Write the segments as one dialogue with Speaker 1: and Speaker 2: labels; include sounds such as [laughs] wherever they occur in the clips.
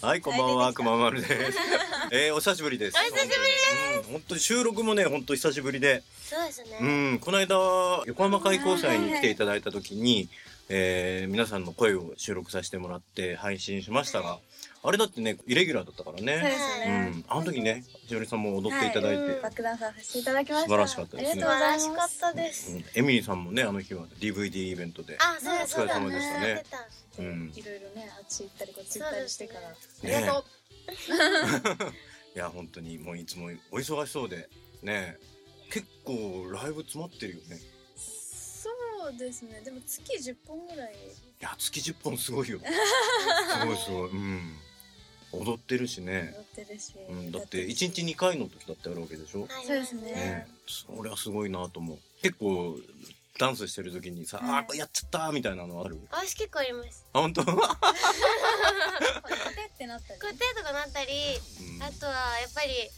Speaker 1: はい、こんばんは、くまま
Speaker 2: [laughs]
Speaker 1: るです。えー、お久しぶりです。
Speaker 2: お久しぶり
Speaker 1: です。本当に収録もね、本当久しぶりで、
Speaker 2: そうですね。
Speaker 1: うん、この間横浜開港祭に来ていただいた時に、えー皆さんの声を収録させてもらって配信しましたが、あれだってね、イレギュラーだったから
Speaker 3: そうで
Speaker 1: ね。
Speaker 3: す
Speaker 1: う
Speaker 3: ね。
Speaker 1: ん、あの時ね、しおりさんも踊っていただいて、
Speaker 2: はいうん
Speaker 3: バックダンサーさせていただきました。
Speaker 1: 素晴らしかったですね
Speaker 3: あり
Speaker 2: 素
Speaker 3: がとうご
Speaker 2: 晴
Speaker 3: ざい
Speaker 2: ら
Speaker 3: ます
Speaker 2: し。かったです。
Speaker 1: うんエミリーさんもね、あの日は DVD イベントで、
Speaker 2: あ、そうだそうだ。
Speaker 1: お疲れ様でしたね
Speaker 2: やってた
Speaker 1: うん、
Speaker 3: いろいろね、あっち行ったりこっち行ったりしてから。
Speaker 2: そう
Speaker 1: ね
Speaker 3: ありがとう。
Speaker 1: [laughs] いや本当にもういつもお忙しそうでね結構ライブ詰まってるよね
Speaker 3: そうですね。でも月10本ぐらい。
Speaker 1: いや月10本すごいよすごいすごいうん踊ってるしね、
Speaker 3: 乗ってるし。
Speaker 1: うん、だって1日2回の時だってあるわけでしょ、
Speaker 2: ありま
Speaker 3: そうですね
Speaker 1: ねそりゃすごいなと思う結構ダンスしてる時にさ、
Speaker 3: はい
Speaker 1: あーやっちゃったみたいなのある
Speaker 2: 私結構あります。
Speaker 1: あ本当、うん、
Speaker 3: こうやってってなったり
Speaker 2: こう。やってとかなったり、あとはやっぱり、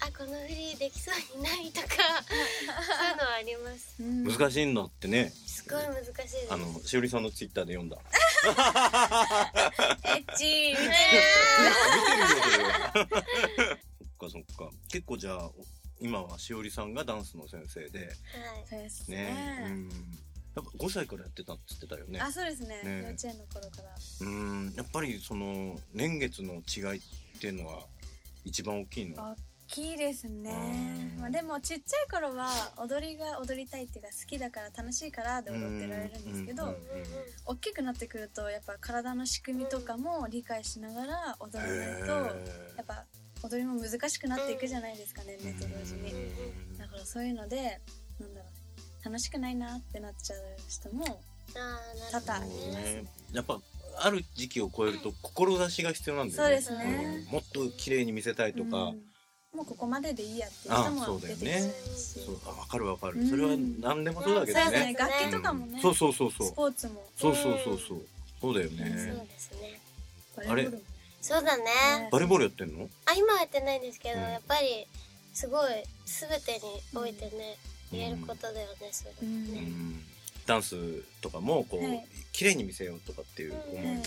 Speaker 2: あ、この振りできそうにないとか、
Speaker 1: [laughs]
Speaker 2: そういうのはあります。
Speaker 3: うん
Speaker 1: 難しいんだってね
Speaker 2: すごい難しいです。
Speaker 1: あ
Speaker 2: [laughs]
Speaker 1: のしおりさんのツイッターで読んだ
Speaker 2: え
Speaker 1: 見てるよそれ
Speaker 3: エッチ。
Speaker 1: そっかそっか結構じゃあお今はしおりさんがダンスの先生で
Speaker 2: ーはい。
Speaker 3: そうです
Speaker 1: ねう
Speaker 3: ね。
Speaker 1: んやっぱ5歳からやってたって言ってたよね
Speaker 3: あ、そうですね。
Speaker 1: ね
Speaker 3: 幼稚園の頃から。
Speaker 1: うんやっぱりその年月の違いっていうのは一番大きいの
Speaker 3: 大きいですね
Speaker 1: う。ん
Speaker 3: まあでもちっちゃい頃は踊りが踊りたいっていうか好きだから楽しいからで踊ってられるんですけ
Speaker 1: うん
Speaker 3: ど、
Speaker 2: うんうん
Speaker 3: 大きくなってくるとやっぱ体の仕組みとかも理解しながら踊らないとやっぱ踊りも難しくなっていくじゃないですかね年齢と同時にだからそういうのでなんだろう楽しくないなってなっちゃう人も
Speaker 2: あー
Speaker 3: 多
Speaker 2: なるほど
Speaker 3: 々います
Speaker 2: ね。
Speaker 3: ね
Speaker 1: やっぱある時期を超えると志が必要なんだよね
Speaker 3: そうですね
Speaker 1: うんもっと綺麗に見せたいとか、
Speaker 3: うんもうここまででいいやっていう人
Speaker 1: あそ
Speaker 3: も
Speaker 1: うだ
Speaker 3: 出
Speaker 1: よ
Speaker 3: て
Speaker 1: ね
Speaker 3: きちゃうし
Speaker 1: そうあ分かる分か
Speaker 3: う
Speaker 1: る
Speaker 3: ん
Speaker 1: それは何でもそうだけど
Speaker 3: そうです
Speaker 1: ね
Speaker 3: ね楽器とかも
Speaker 1: う
Speaker 3: ね
Speaker 1: んそうそうそうそう
Speaker 3: スポーツも
Speaker 1: そうそうそうそう。そうだよね
Speaker 2: そう。ですね。
Speaker 3: バレーボールも
Speaker 2: そうだね。
Speaker 1: バレーボールやってんの？
Speaker 2: あ、今はやってないんですけど、
Speaker 1: うん
Speaker 2: やっぱり、すごい、すべてにおいてね、言えることだよね、それは
Speaker 3: う
Speaker 1: う
Speaker 2: ね。
Speaker 1: ん。ダンスとかもこう、
Speaker 3: はい
Speaker 1: 綺麗に見せようとかっていう思いを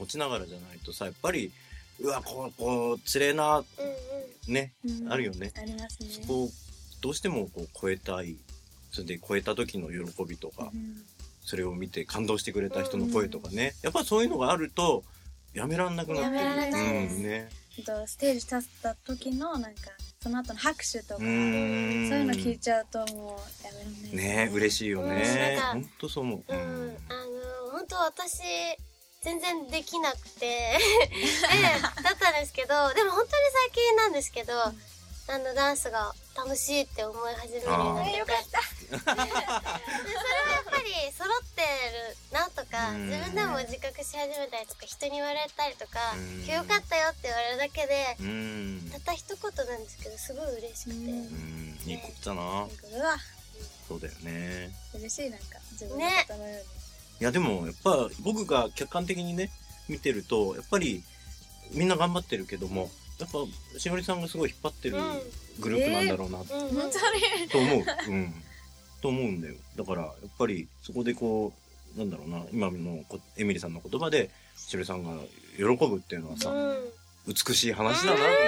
Speaker 1: 持ちながらじゃないとさやっぱりうわこうこうつれえな
Speaker 2: うんうん。
Speaker 1: ね
Speaker 3: うん
Speaker 1: あるよね
Speaker 3: ありますね
Speaker 1: そこをどうしてもこう超えたいそれで超えた時の喜びとか
Speaker 3: うん
Speaker 1: それを見て感動してくれた人の声とかねやっぱそういうのがあるとやめらんなくなって
Speaker 2: やめられないです
Speaker 1: うんね。
Speaker 3: あとステージ立った時のなんかその後の拍手とか
Speaker 1: う
Speaker 3: そうんいうの聞いちゃうともうやめられない
Speaker 1: ね嬉しいよ
Speaker 2: う
Speaker 1: ね
Speaker 2: んな
Speaker 1: ほ
Speaker 2: ん
Speaker 1: ん
Speaker 2: か
Speaker 1: とそう思う。
Speaker 2: うん、あの本当私全然できなくてでだったんですけどでも本当に最近なんですけど、あのダンスが楽しいって思い始めるようになって
Speaker 3: え
Speaker 2: て
Speaker 3: よかった
Speaker 2: でそれはやっぱり揃ってるなとか
Speaker 1: うん
Speaker 2: 自分でも自覚し始めたりとか人に言われたりとか
Speaker 1: うん
Speaker 2: 「今日よかったよ」って言われるだけで
Speaker 1: うん
Speaker 2: たった一言なんですけどすごい嬉しくて、
Speaker 3: うん
Speaker 1: うんいいことだな
Speaker 3: と。いうことは
Speaker 1: そうだよね。
Speaker 3: 嬉しいなんか自分のことのよ
Speaker 1: いやでもやっぱ僕が客観的にね見てるとやっぱりみんな頑張ってるけどもやっぱしおりさんがすごい引っ張ってるグループなんだろうな
Speaker 2: うん
Speaker 3: うに
Speaker 2: うん
Speaker 3: 本当
Speaker 1: と思う。うん。と思うんだよ。だからやっぱりそこでこうなんだろうな今のこエミリさんの言葉でしおりさんが喜ぶっていうのはさ
Speaker 2: うん
Speaker 1: 美しい話だなと思って。
Speaker 3: に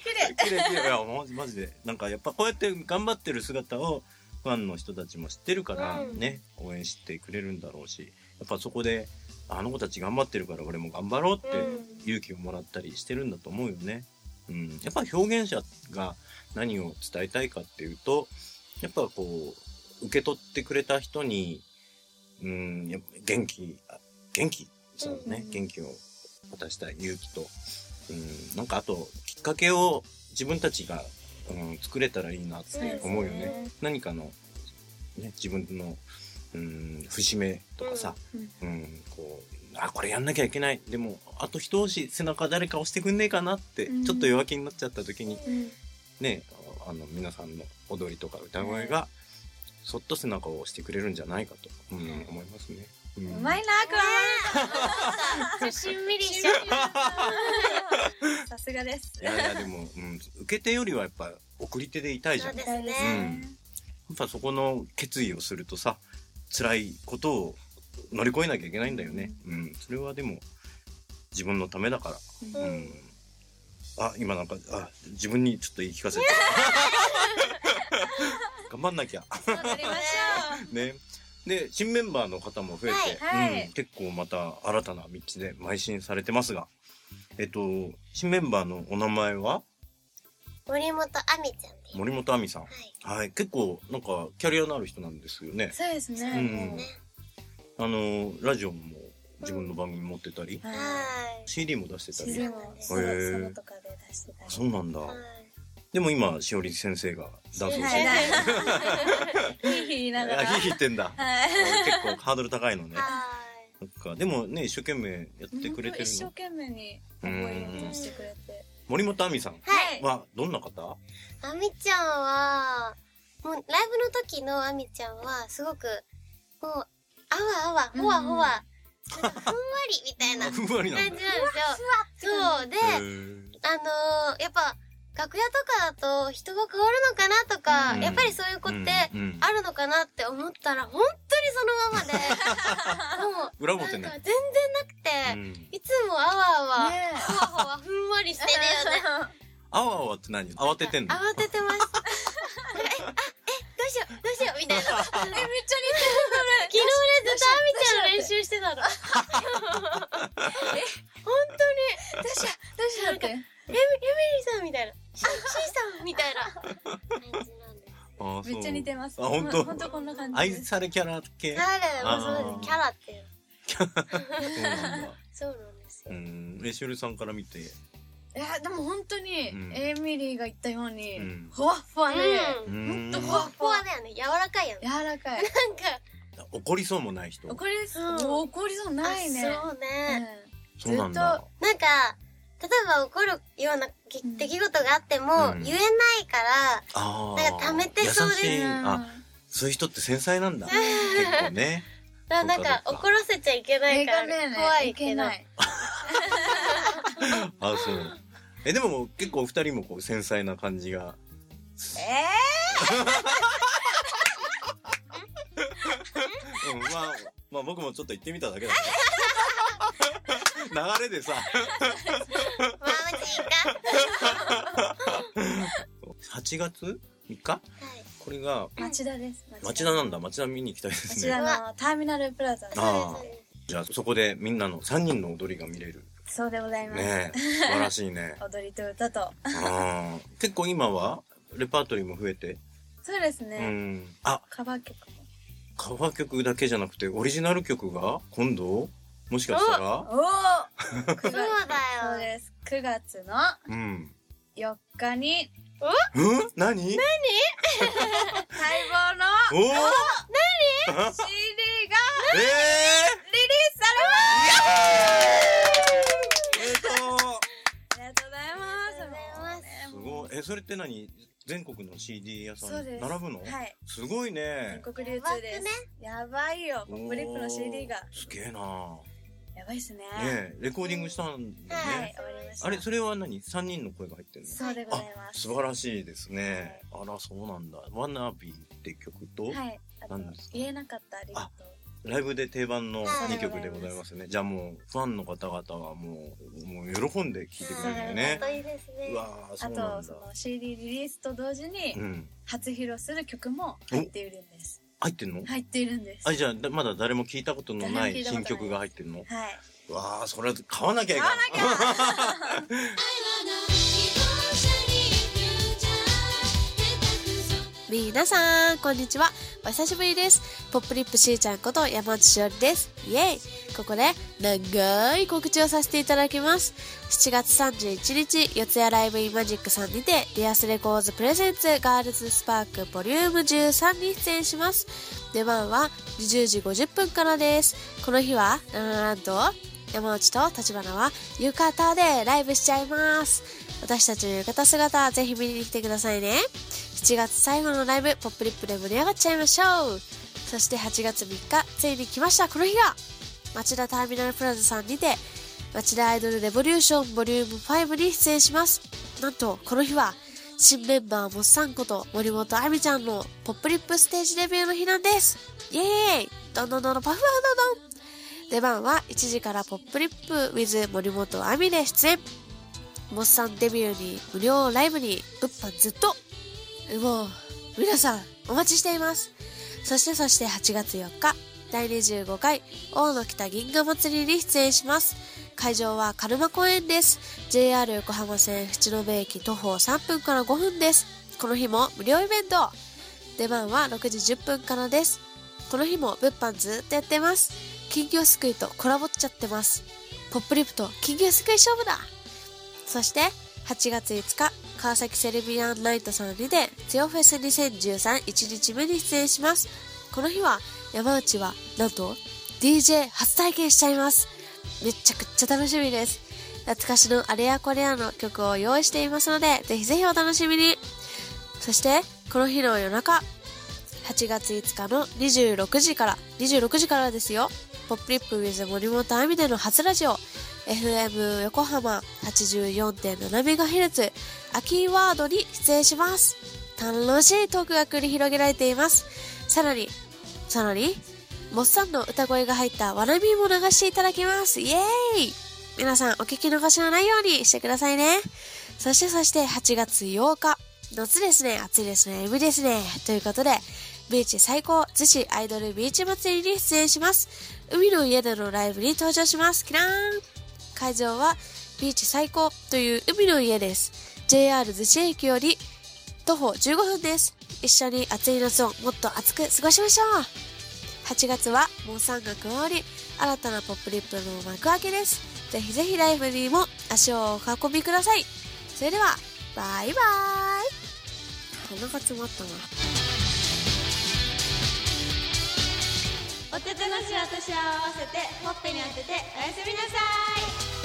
Speaker 3: 綺麗
Speaker 1: 綺麗 [laughs] 綺麗いやマジマジでなんかやっぱこうやって頑張ってる姿をファンの人たちも知ってるから
Speaker 2: うん
Speaker 1: ね、応援してくれるんだろうしやっぱそこであの子たち頑張ってるから俺も頑張ろうって
Speaker 2: うん
Speaker 1: 勇気をもらったりしてるんだと思うよね。うん、やっぱ表現者が何を伝えたいかっていうとやっぱこう受け取ってくれた人に、うん、やっぱ元気あ元気そうだね、
Speaker 3: うん
Speaker 1: 元気を渡したい勇気と、うん、なんかあときっかけを自分たちが、うん、作れたらいいなって
Speaker 3: 綺麗
Speaker 1: 思うよ
Speaker 2: そ
Speaker 1: ね。
Speaker 2: うですね
Speaker 1: 何かの、ね、自分の、うん、節目とかさ、
Speaker 3: うん
Speaker 1: うん、こう、あ、これやんなきゃいけない。でも、あと一押し、背中誰か押してくんねえかなって、
Speaker 3: うん
Speaker 1: ちょっと弱気になっちゃった時に、
Speaker 3: うん
Speaker 1: ね、あの、皆さんの踊りとか歌声が、そっと背中を押してくれるんじゃないかと、うん
Speaker 2: うん
Speaker 1: 思いますね。うん
Speaker 3: うまいなクラ
Speaker 2: しんみりしちゃう
Speaker 3: マさすがです
Speaker 1: いやいや、でも、うん、受け手よりはやっぱ、送り手でいたいじゃん。
Speaker 2: そう
Speaker 1: や
Speaker 2: で
Speaker 1: っ
Speaker 2: すね
Speaker 1: ぱそこの決意をするとさ、辛いことを乗り越えなきゃいけないんだよね。うん、それはでも、自分のためだから。
Speaker 2: うん
Speaker 1: うん。あ、今なんか、あ、自分にちょっと言い聞か
Speaker 3: [laughs]
Speaker 1: せて。頑張んなきゃ。
Speaker 3: 頑張りまし
Speaker 1: ね。で、新メンバーの方も増えて、
Speaker 3: はいはい
Speaker 1: うん結構また新たな道で邁進されてますが、えっと、新メンバーのお名前は
Speaker 2: 森本亜美ちゃんです。
Speaker 1: 森本亜美さん。
Speaker 2: はい。
Speaker 1: はい、結構なんかキャリアのある人なんですよね
Speaker 3: ょう。。そうですね。
Speaker 1: うん
Speaker 3: も
Speaker 1: あの、ラジオも自分の番組持ってたり、
Speaker 3: うは
Speaker 2: は
Speaker 1: CD も出し
Speaker 3: い。
Speaker 1: てた
Speaker 3: 自
Speaker 2: へ
Speaker 1: り。
Speaker 3: 然も
Speaker 2: ー
Speaker 3: ソロソロとかで出してた
Speaker 1: あ
Speaker 3: り。
Speaker 1: そうなんだ。
Speaker 2: い。はい。
Speaker 1: でも今、しおり先生がダンスをしてる。
Speaker 3: はい。ヒーヒー言いなが
Speaker 1: あ、
Speaker 3: ら。
Speaker 1: ひいひい言ってんだ。
Speaker 3: はい。
Speaker 1: 結構ハードル高いのね。
Speaker 2: はい。
Speaker 1: そっか。でもね、一生懸命やってくれて
Speaker 3: 一
Speaker 1: る
Speaker 3: 生
Speaker 1: の。
Speaker 3: 懸命に覚えようとしてくれて。
Speaker 1: 森本亜美さん
Speaker 2: はい。
Speaker 1: はどんな方
Speaker 2: あみちゃんは、もうライブの時のあみちゃんは、すごく、もう、あわあわ、ほわほわ、なんかふんわりみたいな
Speaker 1: あ
Speaker 2: 感じ
Speaker 1: ふんわり
Speaker 2: な
Speaker 1: なんんだ。
Speaker 2: ですよ。そう。で、
Speaker 1: へー
Speaker 2: あのーやっぱ、楽屋とかだと人が変わるのかなとか、
Speaker 1: うん
Speaker 2: やっぱりそういう子って、
Speaker 1: うんうん
Speaker 2: あるのかなって思ったら、本当にそのままで、も
Speaker 1: 裏
Speaker 2: う、な
Speaker 1: 表
Speaker 2: んか全
Speaker 1: ね。
Speaker 2: 然なくて、
Speaker 1: うん
Speaker 2: いつもあわ
Speaker 3: [laughs]
Speaker 2: あわ、
Speaker 3: ね
Speaker 2: ほわほわ、ふんわりしてるよね。
Speaker 1: あわあわって何慌ててんの
Speaker 2: 慌ててます。 [laughs] なんかえ、あ、え、どうしよう、どうしよう、みたい [laughs] な。昨日
Speaker 3: え、めっ
Speaker 2: 俺ず
Speaker 3: ちゃ似
Speaker 2: っとあみちゃんの練習してたの。本当
Speaker 3: てる。どうしよう、どうしようって。
Speaker 2: に、レミ、レミリーさんみたいな。あ、シーさんみたいな感じなんです。
Speaker 1: あそう
Speaker 3: めっちゃ似てます。
Speaker 1: あ本当
Speaker 3: 本当こんな感じ
Speaker 1: 愛
Speaker 3: です。
Speaker 1: されキャラ系
Speaker 2: 誰もそう
Speaker 1: あー
Speaker 2: です。キャラっていう。
Speaker 1: そうなんだ。
Speaker 2: そうなんです
Speaker 1: う
Speaker 2: よ。
Speaker 1: ん。え、しおりさんから見て。
Speaker 3: いや、でも本当に
Speaker 1: うん、
Speaker 3: エミリーが言ったように
Speaker 1: うん、
Speaker 3: ふわっふわで、
Speaker 1: う
Speaker 2: うん。
Speaker 1: ん
Speaker 3: ほんと
Speaker 2: ふわふわだよね。柔らかいよね。
Speaker 3: 柔らかい。
Speaker 2: なんか、
Speaker 1: 怒りそうもない人。
Speaker 3: 怒りそうう、
Speaker 2: ん
Speaker 3: もう怒りそうないね。
Speaker 2: あそうね。
Speaker 1: そうなんだ。
Speaker 2: なんか、例えば起こるようなき
Speaker 3: うん
Speaker 2: 出来事があって
Speaker 1: う
Speaker 2: も、
Speaker 1: ん
Speaker 2: 言えないから、
Speaker 1: ああ。
Speaker 2: なんか溜めてそうです
Speaker 1: 優
Speaker 3: う
Speaker 1: しい。
Speaker 3: ん
Speaker 1: あ、そういう人って繊細なんだ。結構ね。
Speaker 2: だからなんか
Speaker 1: そうかそうか
Speaker 2: 怒らせちゃいけない
Speaker 3: 映
Speaker 2: か
Speaker 3: 画
Speaker 2: ら、
Speaker 3: ね、
Speaker 2: 怖い
Speaker 3: い
Speaker 2: け
Speaker 3: け
Speaker 2: ど。
Speaker 3: ない。
Speaker 1: あそう。え、でも結構お二人もこう繊細な感じが。
Speaker 3: え
Speaker 1: うん、まあ、まあ僕もちょっと言ってみただけだけど。流れでさ。
Speaker 2: マジか。
Speaker 1: 8月3
Speaker 2: [laughs]
Speaker 1: 日
Speaker 2: はい。
Speaker 1: これが、
Speaker 3: ー町田です。
Speaker 1: 町田なんだ。町田見に行きたいです
Speaker 3: 町
Speaker 1: ね。
Speaker 3: 田のターミナルプラザ。
Speaker 1: あ
Speaker 2: そうです
Speaker 1: じゃあそこでみんなの3人の踊りが見れる。
Speaker 3: そうでございます。
Speaker 1: ねえ。素晴らしいね。
Speaker 3: 踊りと歌と。
Speaker 1: うん結構今はレパートリーも増えて。
Speaker 3: そうです
Speaker 1: う
Speaker 3: ね。
Speaker 1: ん。あ、
Speaker 3: カバー曲も。
Speaker 1: カバー曲だけじゃなくてオリジナル曲が今度もしかしたら
Speaker 3: おお
Speaker 1: [laughs]
Speaker 2: そうだよ。
Speaker 3: そうです。9月の
Speaker 1: うん。
Speaker 3: 4日に、
Speaker 1: うん何
Speaker 3: 待望の
Speaker 1: おお何
Speaker 3: CD が
Speaker 1: え
Speaker 3: リリースさ
Speaker 1: ええっと
Speaker 3: れますありがとうございます。
Speaker 2: ありがとうございます
Speaker 1: すごい。え、それって何全国の CD 屋さ
Speaker 3: そ
Speaker 1: ん
Speaker 3: う
Speaker 1: に
Speaker 3: です
Speaker 1: 並ぶの
Speaker 3: はい。
Speaker 1: すごいね
Speaker 3: 全。国流通です。やばいよ。ポップリップの CD が
Speaker 1: お。ーすげえな
Speaker 3: やばいっすね。
Speaker 1: ねえ、レコーディングしたんだよ
Speaker 3: は
Speaker 1: ね
Speaker 3: い、。終わりました。
Speaker 1: あれ、それは何 ?3 人の声が入ってるの
Speaker 3: そうでございます。
Speaker 1: 素晴らしいですね。あら、そうなんだ。ワナビーって曲と、
Speaker 3: はい。あと
Speaker 1: 何ですか
Speaker 3: 言えなかったありがとう。
Speaker 1: ライブで定番の
Speaker 2: はい
Speaker 1: 2曲でございますね。じゃあもう、ファンの方々はもう、もう喜んで聴いてくれるよね
Speaker 2: 本。当いいですね。
Speaker 1: うわー、
Speaker 3: あ
Speaker 1: そうな
Speaker 3: と
Speaker 1: ん
Speaker 3: そ
Speaker 1: だ。
Speaker 3: の CD リリースと同時に
Speaker 1: うん。
Speaker 3: 初披露する曲も入っているんです。
Speaker 1: 入ってんの
Speaker 3: 入っているんです。
Speaker 1: あ、じゃあ、だまだ誰も聞いたことのな
Speaker 3: 誰も聞
Speaker 1: い
Speaker 3: いたことな
Speaker 1: 新
Speaker 3: い
Speaker 1: 曲が入ってるの
Speaker 3: はい。
Speaker 1: うわあ、それは買わなきゃいけない。買わなきゃ
Speaker 4: 皆さんこんにちはお久しぶりですポップリップしーちゃんこと山内しおりですイエイここで長い告知をさせていただきます7月31日四谷ライブインマジックさんにてリアスレコーズプレゼンツガールズスパークボリューム13に出演します出番は20時50分からですこの日はララランド山内と立花は浴衣でライブしちゃいます私たちの浴衣姿ぜひ見に来てくださいね7月最後のライブポップリップで盛り上がっちゃいましょうそして8月3日ついに来ましたこの日が町田ターミナルプラザさんにて町田アイドルレボリューションボリューム5に出演しますなんとこの日は新メンバーもっさんこと森本亜美ちゃんのポップリップステージデビューの日なんですイエーイどんどんどんどんパフパフどんどん出番は1時からポップリップ with 森本亜美で出演。モスさんデビューに無料ライブに物販ずっと。もう、皆さんお待ちしています。そしてそして8月4日、第25回大野北銀河祭りに出演します。会場はカルマ公園です。JR 横浜線淵野部駅徒歩3分から5分です。この日も無料イベント。出番は6時10分からです。この日も物販ずーっとやってます。金魚すくいとコラボっちゃってます。ポップリップと金魚すくい勝負だそして8月5日川崎セルビアンナイトさんにて強フェス2013 1日目に出演しますこの日は山内はなんと DJ 初体験しちゃいますめっちゃくちゃ楽しみです懐かしのあれやこれやの曲を用意していますのでぜひぜひお楽しみにそしてこの日の夜中8月5日の26時から26時からですよポップリップ with 森本亜美での初ラジオ FM 横浜 84.7MHz 秋ワードに出演します楽しいトークが繰り広げられていますさらにさらにモッサンの歌声が入ったわらびも流していただきますイエーイ皆さんお聞き逃しのないようにしてくださいねそしてそして8月8日夏ですね暑いですね海ですねということでビーチ最高逗子アイドルビーチ祭りに出演します海の家でのライブに登場しますキラーン会場はビーチ最高という海の家です JR 逗子駅より徒歩15分です一緒に暑い夏をもっと暑く過ごしましょう8月はモンサンが加わり新たなポップリップの幕開けですぜひぜひライブにも足をお運びくださいそれではバイバイ鼻が詰まったな
Speaker 5: お手手のしわとしわを合わせてほっぺに当てておやすみなさい